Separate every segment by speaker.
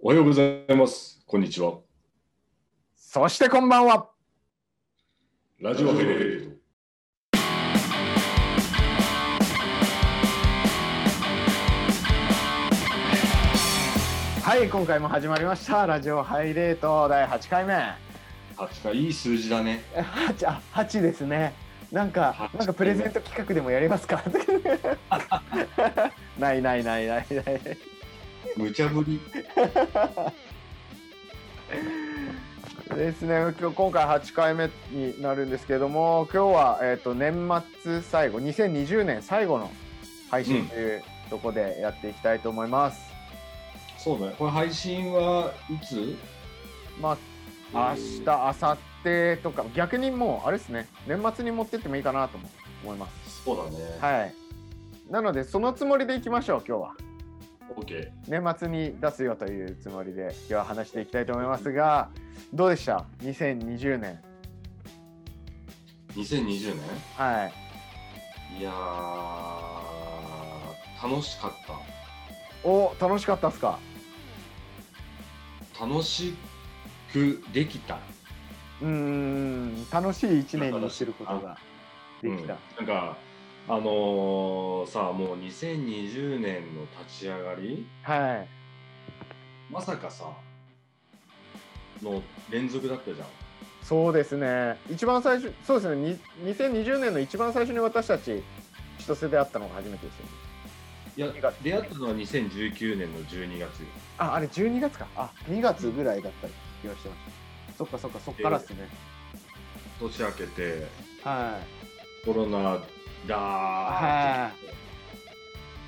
Speaker 1: おはようございます。こんにちは。
Speaker 2: そしてこんばんは。
Speaker 1: ラジオヘレヘレと。
Speaker 2: はい、今回も始まりました。ラジオハイレート第8回目。
Speaker 1: 8回、いい数字だね。
Speaker 2: え8、あ、8ですね。なんか、
Speaker 1: 8
Speaker 2: なんかプレゼント企画でもやりますか ないないないないない。
Speaker 1: 無茶ぶり。
Speaker 2: ですね、今日今回8回目になるんですけども、今日は、えっと年末最後、2020年最後の配
Speaker 1: うん
Speaker 2: 信というとこでやっていきたいと思います。
Speaker 1: そうだね。これ配信はいつ
Speaker 2: まあ、明日、明後日とか、逆にもう、あれですね、年末に持ってってもいいかなとも思います。
Speaker 1: そうだね。
Speaker 2: はい。なので、そのつもりでいきましょう、今日は。
Speaker 1: オッケー。
Speaker 2: 年末に出すよというつもりで、今日は話していきたいと思いますが、どうでした ?2020 年。
Speaker 1: 2020
Speaker 2: はい。
Speaker 1: 年いやー、楽しかっ
Speaker 2: お、楽しかったっすか
Speaker 1: た。楽しくできた。
Speaker 2: うーん、楽しい一年にすることができた。
Speaker 1: うん、なんか、あのー、さあ、もう2020年の立ち上がり
Speaker 2: はい。
Speaker 1: まさかさ、の連続だったじゃん。
Speaker 2: そうですね。一番最初、そうですね。に2020年の一番最初に私たち、千歳で会ったのが初めてですよね。
Speaker 1: いや
Speaker 2: 2月、
Speaker 1: 出会ったのは2019年の12月よ。
Speaker 2: あ、あれ12月か。あ、2月ぐらいだった気がしてました。そっかそっか、そっからっすね。
Speaker 1: 年明けて、
Speaker 2: はい。
Speaker 1: コロナだーってき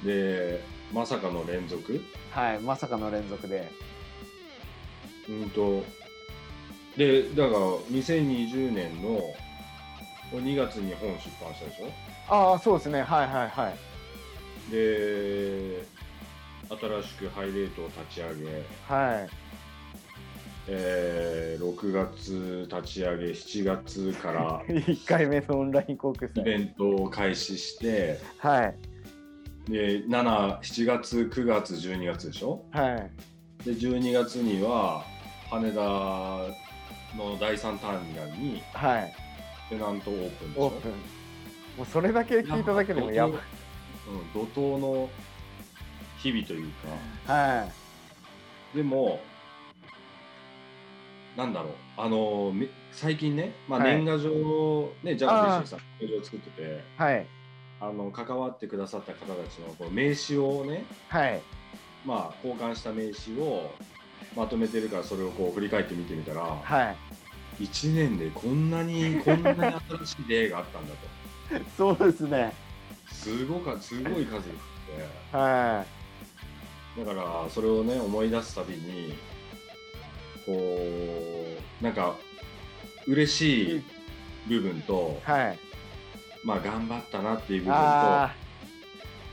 Speaker 1: てで、まさかの連続
Speaker 2: はい、まさかの連続で。
Speaker 1: うんと、で、だから2020年の2月に本出版したでしょ
Speaker 2: ああ、そうですね。はいはいはい。
Speaker 1: で、新しくハイレートを立ち上げ、
Speaker 2: はい。
Speaker 1: えー6月立ち上げ、7月から
Speaker 2: 1回目のオンライン航空
Speaker 1: イベ
Speaker 2: 祭。
Speaker 1: ントを開始して、
Speaker 2: はい。
Speaker 1: で7、7月、9月、12月でしょ
Speaker 2: はい。
Speaker 1: で12月には羽田の第3ターミナルに
Speaker 2: はい。
Speaker 1: ペナントオープンでし
Speaker 2: オ
Speaker 1: ょ
Speaker 2: ープン。もうそれだけ聞いただけでもやばい。
Speaker 1: 怒涛,、うん、怒涛の日々というか
Speaker 2: は
Speaker 1: でもなんだろうあのめ最近ね、まあ、
Speaker 2: はい
Speaker 1: 年賀状をね、ジャ
Speaker 2: あー
Speaker 1: ガーフィッシュさん年賀状作ってて
Speaker 2: い。はい。
Speaker 1: あの関わってくださった方たちのこう名刺をね
Speaker 2: はい。
Speaker 1: まあ交換した名刺をまとめてるからそれをこう振り返って見てみたら、
Speaker 2: はい。
Speaker 1: 1年でこんなにこんなに新しい出会いがあったんだと
Speaker 2: そうですね。
Speaker 1: すごかすごい数って
Speaker 2: は
Speaker 1: だからそれをね思い出すたびにこうなんか嬉しい部分と
Speaker 2: い。、はい。
Speaker 1: まあ頑張ったなっていう部分と
Speaker 2: あ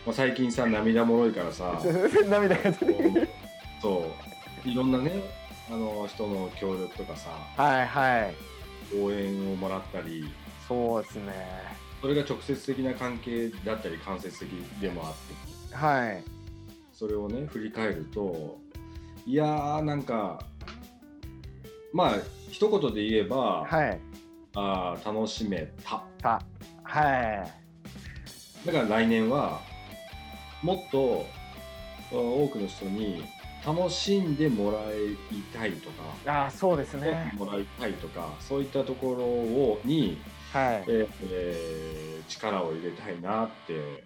Speaker 1: まあ、最近さ涙もろいから
Speaker 2: あ
Speaker 1: さこ
Speaker 2: ー。涙が出てくる。
Speaker 1: うそういろんなねあの人の協力とかさ
Speaker 2: はいはい。
Speaker 1: 応援をもらったり
Speaker 2: そうですね。
Speaker 1: それが直接的な関係だったり間接的でもあって
Speaker 2: はい。
Speaker 1: それをね振り返るといやーなんかまあ一言で言えば、
Speaker 2: はい。
Speaker 1: あー楽しめた
Speaker 2: た。はい。
Speaker 1: だから来年はもっとあー多くの人に楽しんでもらいたいとか、
Speaker 2: ああ、そうですね。
Speaker 1: もらいたいとかそういったところをに、
Speaker 2: は
Speaker 1: え
Speaker 2: い。
Speaker 1: ーえー力を入れたいなって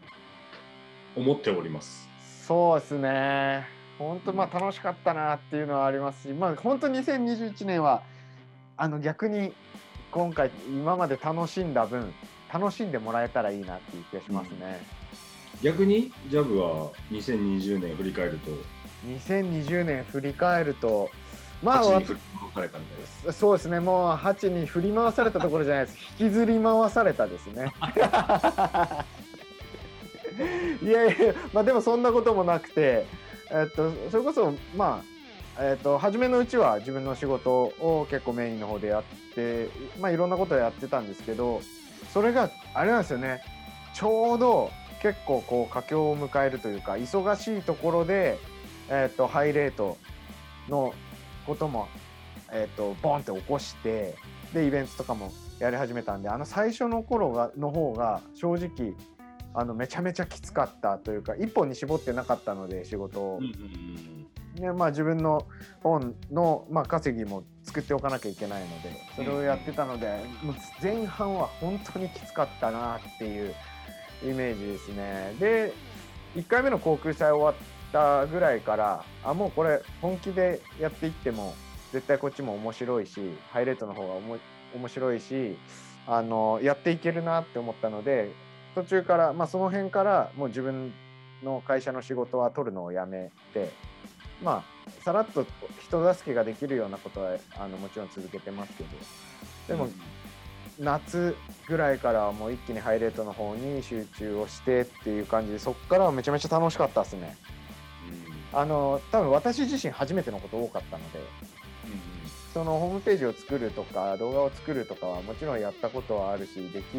Speaker 1: 思っております。
Speaker 2: そうですね。本当まあ楽しかったなっていうのはありますし、まあ本当2021年はあの逆に今回今まで楽しんだ分楽しんでもらえたらいいなっていう気がしますね。
Speaker 1: 逆にジャブは2020年振り返ると
Speaker 2: 2020年振り返ると、まあ
Speaker 1: 8
Speaker 2: わ
Speaker 1: に振り戻されたみたいです。
Speaker 2: そうですね。もう8に振り回されたところじゃな いです。引きずり回されたですね。いやいや、まあでもそんなこともなくて、えっとそれこそまあえっと初めのうちは自分の仕事を結構メインの方でやって、まあいろんなことやってたんですけど、それがあれなんですよね。ちょうど結構こう佳境を迎えるというか忙しいところで、えっとハイレートのことも、えっとボンって起こしてでイベントとかもやり始めたんであの最初の頃がの方が正直あのめちゃめちゃきつかったというか一本に絞ってなかったので仕事を。
Speaker 1: うんうん
Speaker 2: でまあ、自分の本の、まあ、稼ぎも作っておかなきゃいけないのでそれをやってたので、もう前半は本当にきつかったなっていうイメージですね。で1回目の航空祭終わったぐらいからあもうこれ本気でやっていっても絶対こっちも面白いしハイレートの方がおも面白いしあのやっていけるなって思ったので途中から、まあ、その辺からもう自分の会社の仕事は取るのをやめて。まあ、さらっと人助けができるようなことはあのもちろん続けてますけどでも、夏ぐらいからはもう一気にハイレートの方に集中をしてっていう感じでそっからはめちゃめちゃ楽しかったですねあの多分私自身初めてのこと多かったのでそのホームページを作るとか動画を作るとかはもちろんやったことはあるしでき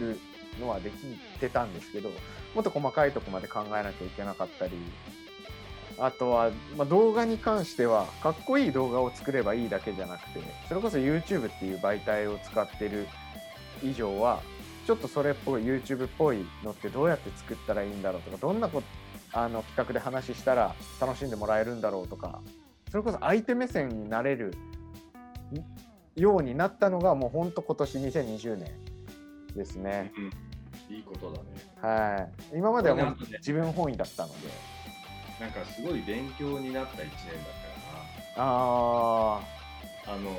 Speaker 2: るのはできてたんですけどもっと細かいとこまで考えなきゃいけなかったりあとは、まあ、動画に関してはかっこいい動画を作ればいいだけじゃなくてそれこそ YouTube っていう媒体を使ってる以上はちょっとそれっぽい YouTube っぽいのってどうやって作ったらいいんだろうとかどんなこあの企画で話したら楽しんでもらえるんだろうとかそれこそ相手目線になれるようになったのがもうほんと今年2020年ですね。
Speaker 1: うんうんいいことだね。
Speaker 2: はい、今まではもう自分本位だったので。
Speaker 1: なんかすごい勉強になった1年だっ
Speaker 2: あ
Speaker 1: たよな。あの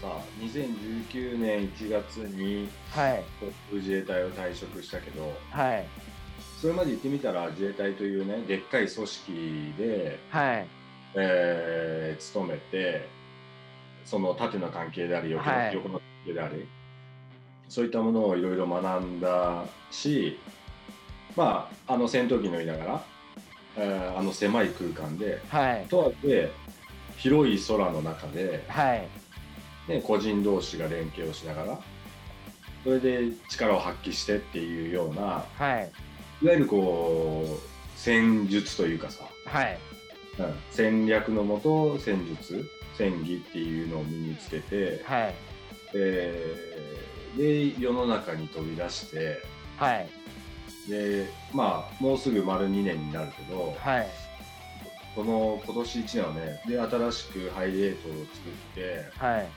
Speaker 1: さ、2019年1月に
Speaker 2: ーはい
Speaker 1: 航空自衛隊を退職したけど、
Speaker 2: はい
Speaker 1: それまで言ってみたら自衛隊というね、でっかい組織で、
Speaker 2: はい
Speaker 1: えー勤めてその縦の関係であり横の,、
Speaker 2: はい
Speaker 1: 横の関係でありそういったものをいろいろ学んだしまああの戦闘機乗りながら、えーあの狭い空間で
Speaker 2: はい
Speaker 1: とはいえ広い空の中で、
Speaker 2: はい
Speaker 1: ね、個人同士が連携をしながらそれで力を発揮してっていうような
Speaker 2: はい
Speaker 1: いわゆるこう戦術というかさ
Speaker 2: はい
Speaker 1: うん戦略のもと戦術戦技っていうのを身につけて、
Speaker 2: はい
Speaker 1: えーで世の中に飛び出して
Speaker 2: はい
Speaker 1: でまあもうすぐ丸2年になるけど、
Speaker 2: はい
Speaker 1: この今年1年はねで新しくハイレートを作って
Speaker 2: はい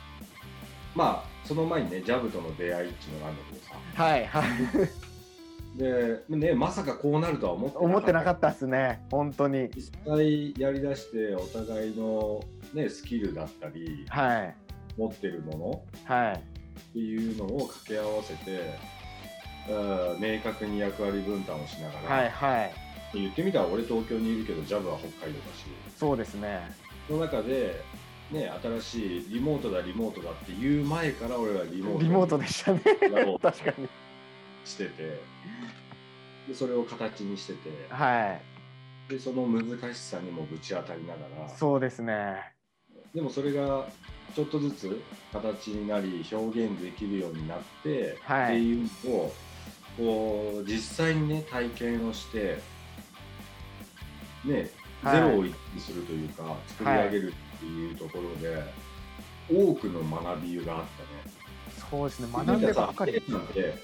Speaker 1: まあその前にねジャブとの出会いっていうのがあるんだけどさ
Speaker 2: はいはい
Speaker 1: で、ね、まさかこうなるとは思って
Speaker 2: 思ってなか
Speaker 1: った
Speaker 2: ったですね本当に
Speaker 1: 実際やりだしてお互いの、ね、スキルだったり
Speaker 2: はい
Speaker 1: 持ってるもの
Speaker 2: はい
Speaker 1: っていうのを掛け合わせて、うん明確に役割分担をしながら、
Speaker 2: はいはい
Speaker 1: 言ってみたら俺東京にいるけどジャブは北海道だし
Speaker 2: そうですね
Speaker 1: その中で、ね、新しいリモートだリモートだって言う前から俺はリモート
Speaker 2: リモートでしたね
Speaker 1: やろうと
Speaker 2: 確かに
Speaker 1: しててでそれを形にしてて
Speaker 2: はい
Speaker 1: でその難しさにもぶち当たりながら
Speaker 2: そうですね
Speaker 1: でもそれがちょっとずつ形になり表現できるようになって、
Speaker 2: はい
Speaker 1: っていうのをこう実際にね体験をして、ね
Speaker 2: はい
Speaker 1: ゼロを一気にするというか作り上げるっていうところで、多くの学びがあったね。
Speaker 2: そうですね学んでばっかり
Speaker 1: で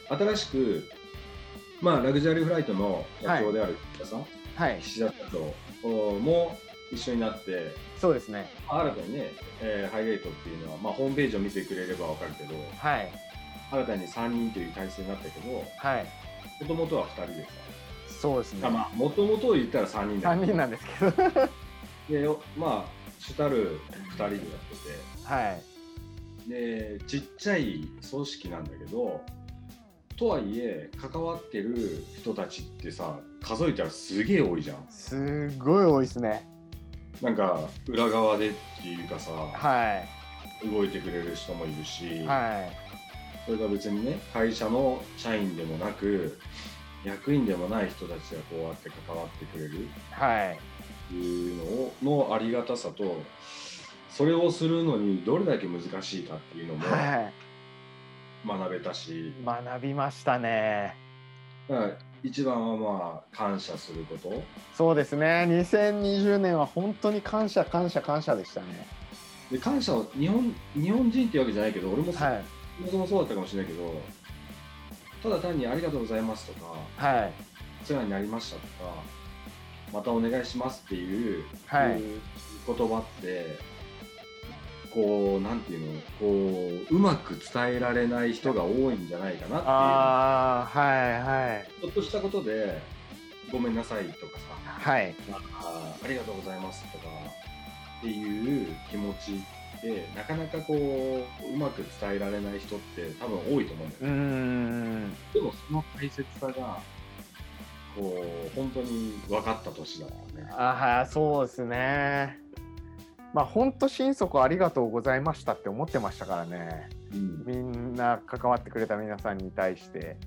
Speaker 1: 新しく、まあ、ラグジュアリーフライトの社長である岸田さん、
Speaker 2: はい
Speaker 1: 岸田社長も一緒になって
Speaker 2: そうですね
Speaker 1: 新たにね、えーハイレートっていうのは、まあ、ホームページを見てくれればわかるけど
Speaker 2: はい
Speaker 1: 新たに3人という体制になったけども
Speaker 2: はい
Speaker 1: ともとは2人で
Speaker 2: そうです
Speaker 1: さ
Speaker 2: ね
Speaker 1: まあもともと言ったら3人だ
Speaker 2: 3人なんですけど
Speaker 1: でよまあ主たる2人でやっ
Speaker 2: はい
Speaker 1: ててでちっちゃい組織なんだけどとはいえ関わってる人たちってさ数えたらすげえ多いじゃん
Speaker 2: すごい多いですね
Speaker 1: なんか裏側でっていうかさ
Speaker 2: は
Speaker 1: 動いてくれる人もいるし、
Speaker 2: いはい
Speaker 1: それが別にね会社の社員でもなく役員でもない人たちがこうやって関わってくれる
Speaker 2: はい
Speaker 1: っていうのをのありがたさとそれをするのにどれだけ難しいかっていうのも
Speaker 2: はい
Speaker 1: 学べたし、
Speaker 2: 学びましたね
Speaker 1: だから一番はまあ感謝すること
Speaker 2: そうですね2020年は本当に感謝感謝感謝でしたね
Speaker 1: で感謝を日本日本人っていうわけじゃないけど俺もそ,、
Speaker 2: はい
Speaker 1: もそもそうだったかもしれないけどただ単に「ありがとうございます」とか
Speaker 2: はい
Speaker 1: 「お世話になりました」とか「またお願いします」っていう、
Speaker 2: はい
Speaker 1: いう言葉ってこうなんていうのこううまく伝えられない人が多いんじゃないかなっていう
Speaker 2: ああはいはい
Speaker 1: ちょっとしたことで「ごめんなさい」とかさ
Speaker 2: はい
Speaker 1: あーありがとうございますとかっていう気持ちでなかなかこううまく伝えられない人って多分多いと思うんだ
Speaker 2: う
Speaker 1: よね、
Speaker 2: ーん
Speaker 1: でもその大切さがこう本当に分かった年だからね
Speaker 2: あはいそうですねまあ本当心底ありがとうございましたって思ってましたからね
Speaker 1: うん
Speaker 2: みんな関わってくれた皆さんに対して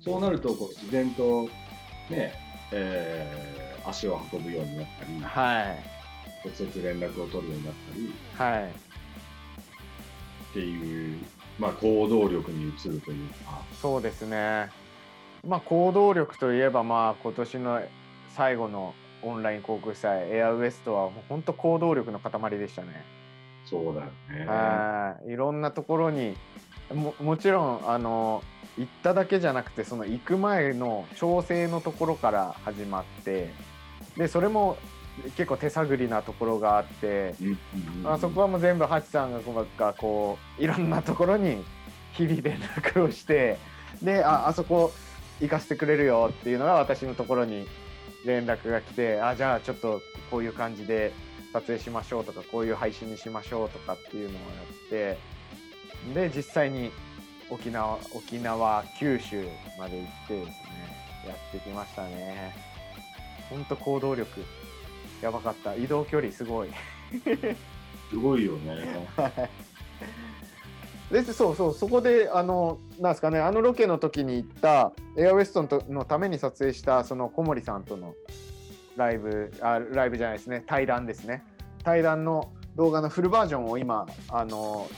Speaker 1: そうなるとこう自然とねえー足を運ぶようになったり
Speaker 2: はい
Speaker 1: 直接連絡を取るようになったり
Speaker 2: はい
Speaker 1: っていう、まあ、行動力に移るというか
Speaker 2: そうですねまあ行動力といえばまあ今年の最後のオンライン航空祭エアウエストは本当行動力の塊でしたね、
Speaker 1: そうだよね。
Speaker 2: はいいろんなところにももちろんあの行っただけじゃなくてその行く前の調整のところから始まってでそれも結構手探りなところがあって
Speaker 1: うんうん
Speaker 2: あそこはもう全部ハチさんがこうこういろんなところに日々連絡をしてでああそこ行かせてくれるよっていうのが私のところに連絡が来てあじゃあちょっとこういう感じで撮影しましょうとかこういう配信にしましょうとかっていうのをやってで実際に沖縄沖縄九州まで行ってですねやってきましたねほんと行動力やばかった移動距離すごい
Speaker 1: すごいよね。
Speaker 2: でそうそうそこであのなんですかねあのロケの時に行ったエアウェストンとのために撮影したその小森さんとのライブあライブじゃないですね対談ですね対談の動画のフルバージョンを今あの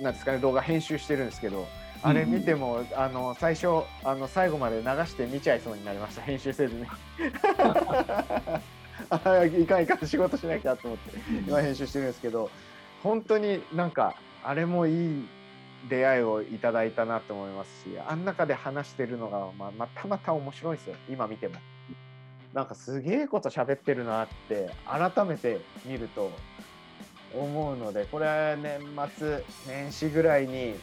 Speaker 2: なんですかね動画編集してるんですけどあれ見ても、あの最初あの最後まで流して見ちゃいそうになりました編集せずに あいかんいかん仕事しなきゃと思って今編集してるんですけど本当になんかあれもいい出会いをいただいたなと思いますしあん中で話してるのが、まあ、またまた面白いんですよ今見ても。なんかすげえこと喋ってるなって改めて見ると思うのでこれ年末年始ぐらいに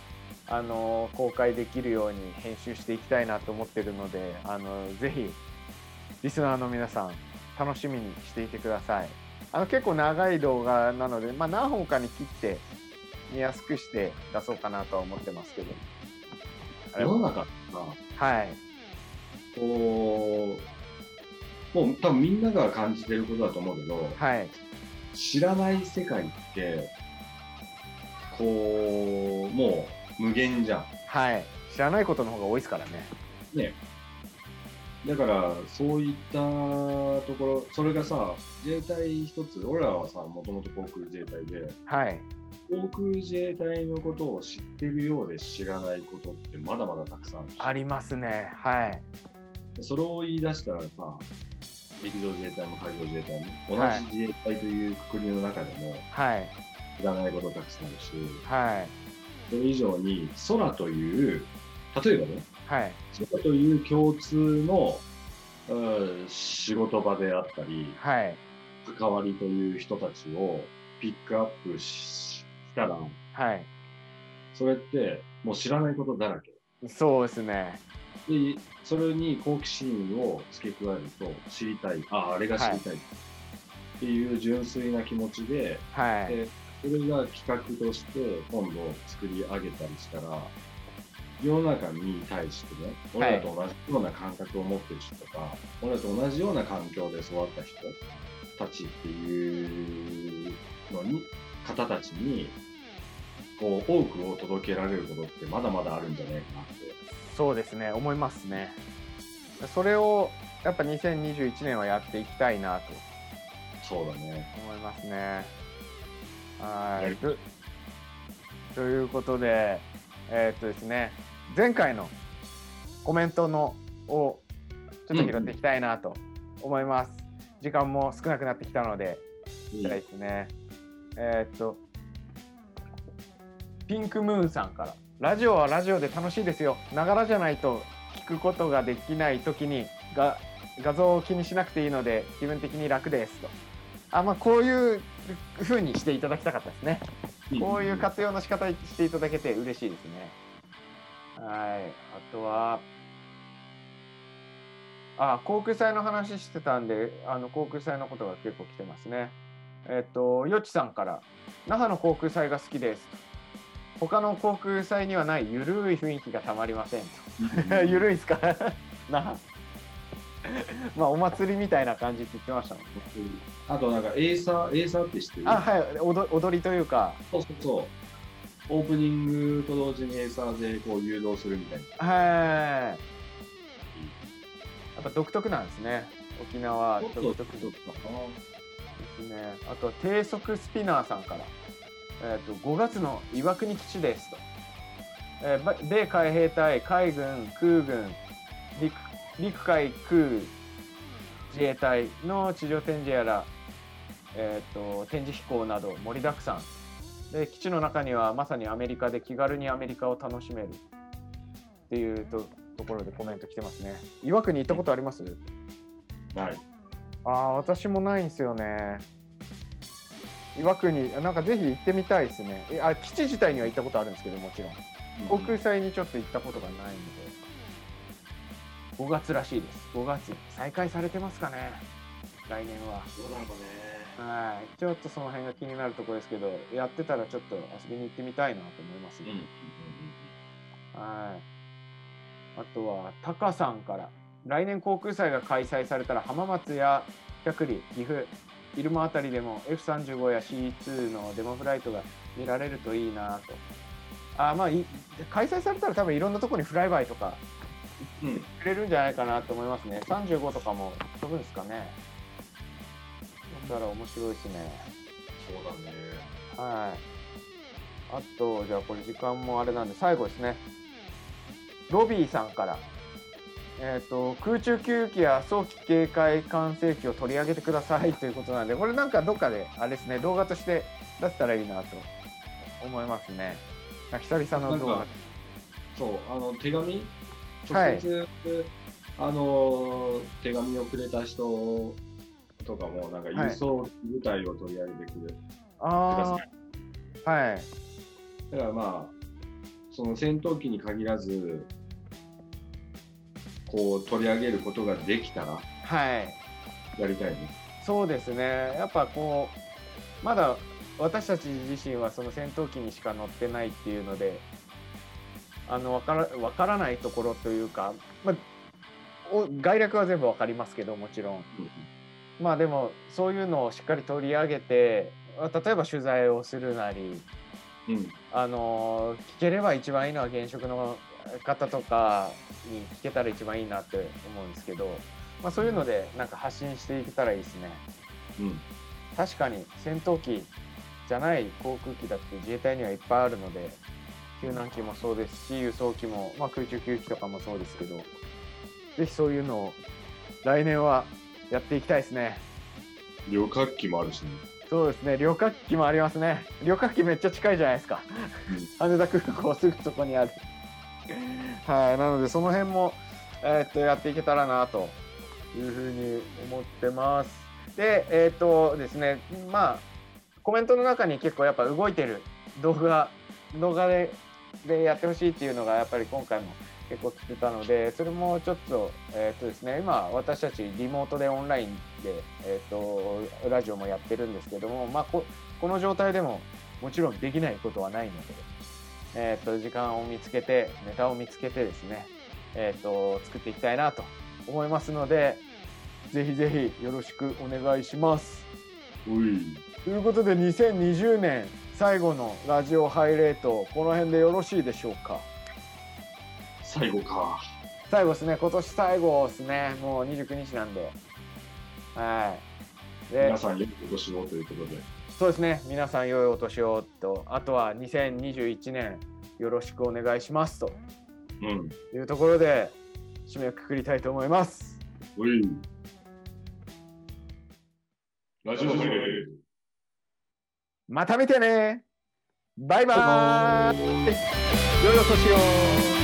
Speaker 2: あの公開できるように編集していきたいなと思ってるのであのぜひリスナーの皆さん楽しみにしていてください。あの結構長い動画なので、まあ、何本かに切って見やすくして出そうかなとは思ってますけど。あれ
Speaker 1: 世の中ってさ
Speaker 2: はい
Speaker 1: こうもう多分みんなが感じてることだと思うけど
Speaker 2: はい
Speaker 1: 知らない世界ってこうもう無限じゃ
Speaker 2: はい知らないことの方が多いですからね。
Speaker 1: んだからそういったところそれがさ自衛隊一つ俺らはさもともと航空自衛隊で
Speaker 2: はい
Speaker 1: 航空自衛隊のことを知ってるようで知らないことってまだまだたくさんあるし
Speaker 2: ありますね。はい。
Speaker 1: それを言い出したらさ、陸上自衛隊も海上自衛隊も、
Speaker 2: はい
Speaker 1: 同じ自衛隊という国の中でも、
Speaker 2: はい。
Speaker 1: 知らないことたくさんあるし、
Speaker 2: はい。
Speaker 1: それ以上に、空という、例えばね、
Speaker 2: はい。
Speaker 1: 空という共通の、うん仕事場であったり、
Speaker 2: はい。
Speaker 1: 関わりという人たちをピックアップししたら、
Speaker 2: はい。
Speaker 1: それってもう知らないことだらけ。
Speaker 2: そうですね。
Speaker 1: でそれに好奇心を付け加えると知りたいあああれが知りたい、っていう純粋な気持ちで
Speaker 2: はい。
Speaker 1: でそれが企画として今度作り上げたりしたら世の中に対してね俺らと同じような感覚を持ってる人とか、俺らと同じような環境で育った人たちっていうのに方たちにこう多くを届けられることってまだまだあるんじゃないかなって。
Speaker 2: そうですね。思いますね。それをやっぱ2021年はやっていきたいなと
Speaker 1: そうだね。
Speaker 2: 思いますね。は
Speaker 1: や
Speaker 2: い。
Speaker 1: る
Speaker 2: とということで、えーっとですね、前回のコメントのをちょっと拾っていきたいなと思います。時間も少なくなってきたので、
Speaker 1: い
Speaker 2: いきたいですね。えーっと、ピンクムーンさんから、ラジオはラジオで楽しいですよ。ながらじゃないと聞くことができないときにが、画像を気にしなくていいので、気分的に楽ですと。あまあ、こういうふうにしていただきたかったですね。こういう活用の仕方していただけて嬉しいですね。はい。あとは、あ、航空祭の話してたんで、あの航空祭のことが結構来てますね。えっと、よっちさんから、那覇の航空祭が好きです。他の航空祭にはないゆるい雰囲気がたまりません。
Speaker 1: うん
Speaker 2: ゆるいですか那覇。 まあ、お祭りみたいな感じって言ってましたもんね。
Speaker 1: あとなんかエーサーエーサーって知ってる
Speaker 2: あ、はい。踊踊りというか、
Speaker 1: そうそうそうオープニングと同時にエーサーでこう誘導するみたいな
Speaker 2: はい。やっぱ独特なんですね。沖縄
Speaker 1: ちょっと
Speaker 2: 独
Speaker 1: ちょっ
Speaker 2: 特で
Speaker 1: とかな
Speaker 2: すね。あと低速スピナーさんから、えっ、と5月の岩国基地ですと。えーば米海兵隊、海軍、空軍、陸陸海空自衛隊の地上展示やら、えっ、と展示飛行など盛りだくさん。で基地の中にはまさにアメリカで気軽にアメリカを楽しめるっていうとところでコメント来てますね。岩国行ったことあります？
Speaker 1: はい
Speaker 2: ああ、私もないんですよね。岩国、なんかぜひ行ってみたいですね。えあ、基地自体には行ったことあるんですけど、もちろん。航空祭にちょっと行ったことがないので。5月らしいです。5月、再開されてますかね。来年は。
Speaker 1: そうなのね
Speaker 2: はい。ちょっとその辺が気になるところですけど、やってたらちょっと遊びに行ってみたいなと思います
Speaker 1: うん
Speaker 2: ね。
Speaker 1: うんうん
Speaker 2: はい。あとは、タカさんから、来年航空祭が開催されたら浜松や百里、岐阜、入間あたりでも F35 や C2 のデモフライトが見られるといいなと。あーまあ、い開催されたら多分いろんなところにフライバイとか
Speaker 1: うんうん
Speaker 2: くれるんじゃないかなと思いますね。35とかも飛ぶんですかね。だから面白いですね。
Speaker 1: そうだね
Speaker 2: はい。あと、じゃあこれ時間もあれなんで、最後ですね。ロビーさんから。えっ、と、空中給気や早期警戒管制機を取り上げてください ということなんで、これなんかどっかで、あれですね、動画として出せたらいいなと思いますね。なんか久々の動
Speaker 1: な
Speaker 2: 画
Speaker 1: ん。そうあの手紙
Speaker 2: はい
Speaker 1: 直接、あの手紙をくれた人とかもなんか
Speaker 2: はい
Speaker 1: 輸送部隊を取り上げてくれる
Speaker 2: ああ、はい。
Speaker 1: だからまあ、その戦闘機に限らず、こう取り上げることができたら
Speaker 2: はい。
Speaker 1: やりたいね。
Speaker 2: そうですねやっぱこうまだ私たち自身はその戦闘機にしか乗ってないっていうのであのわからわからないところというか、まあ、お概略は全部わかりますけどもちろんまあでもそういうのをしっかり取り上げてあ例えば取材をするなり
Speaker 1: うん。
Speaker 2: あの聞ければ一番いいのは現職の方とかに聞けたら一番いいなって思うんですけど、まあ、そういうのでなんか発信していけたらいいですね。
Speaker 1: うん。
Speaker 2: 確かに戦闘機じゃない航空機だって自衛隊にはいっぱいあるので救難機もそうですし輸送機も、まあ、空中給気とかもそうですけどぜひそういうのを来年はやっていきたいですね
Speaker 1: 旅客機もあるしね。
Speaker 2: そうですね旅客機もありますね旅客機めっちゃ近いじゃないですか羽田空港すぐそこにあるはいなのでその辺も、えーっとやっていけたらなというふうに思ってますでえーっとですねまあコメントの中に結構やっぱ動いてる動画動画ででやってほしいっていうのがやっぱり今回も結構来てたのでそれもちょっとえーっとですね今私たちリモートでオンラインで、えーっとラジオもやってるんですけども、まあ、ここの状態でももちろんできないことはないので、えー、と時間を見つけてネタを見つけてですね、えー、と作っていきたいなと思いますのでぜひぜひよろしくお願いします。
Speaker 1: うん。うい。
Speaker 2: ということで2020年最後のラジオハイレートこの辺でよろしいでしょうか
Speaker 1: 最後か。
Speaker 2: 最後ですね今年最後ですねもう29日なんではいで
Speaker 1: 皆さん、よくお年をということで。
Speaker 2: そうですね皆さん良いお年をとあとは2021年よろしくお願いしますと
Speaker 1: うん。
Speaker 2: というところで締めをくくりたいと思います。
Speaker 1: うい。ラジオメール。
Speaker 2: また見てねバイバーイ良いお年を